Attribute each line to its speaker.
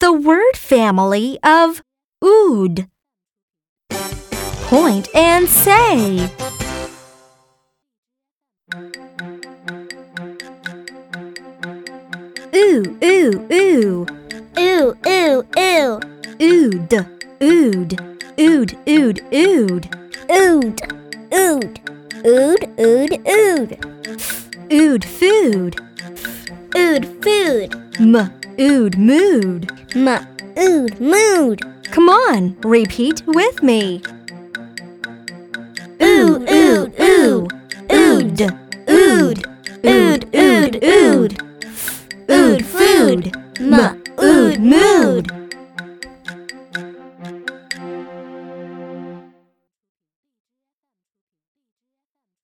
Speaker 1: the word family of ood. Point and say. Ooh, ooh, ooh.
Speaker 2: Ooh, ooh, ooh.
Speaker 1: Ood, ood, ood, ood, ood.
Speaker 2: Ood. Ood. Ood, ood, ood.
Speaker 1: Ood food.
Speaker 2: Ood food.
Speaker 1: M, ood mood.
Speaker 2: Ma ood mood.
Speaker 1: Come on, repeat with me.
Speaker 2: Ooh, ooh, ooh.
Speaker 1: Ood, ood, ood, ood, ood. Ood food.
Speaker 2: Ma ood mood.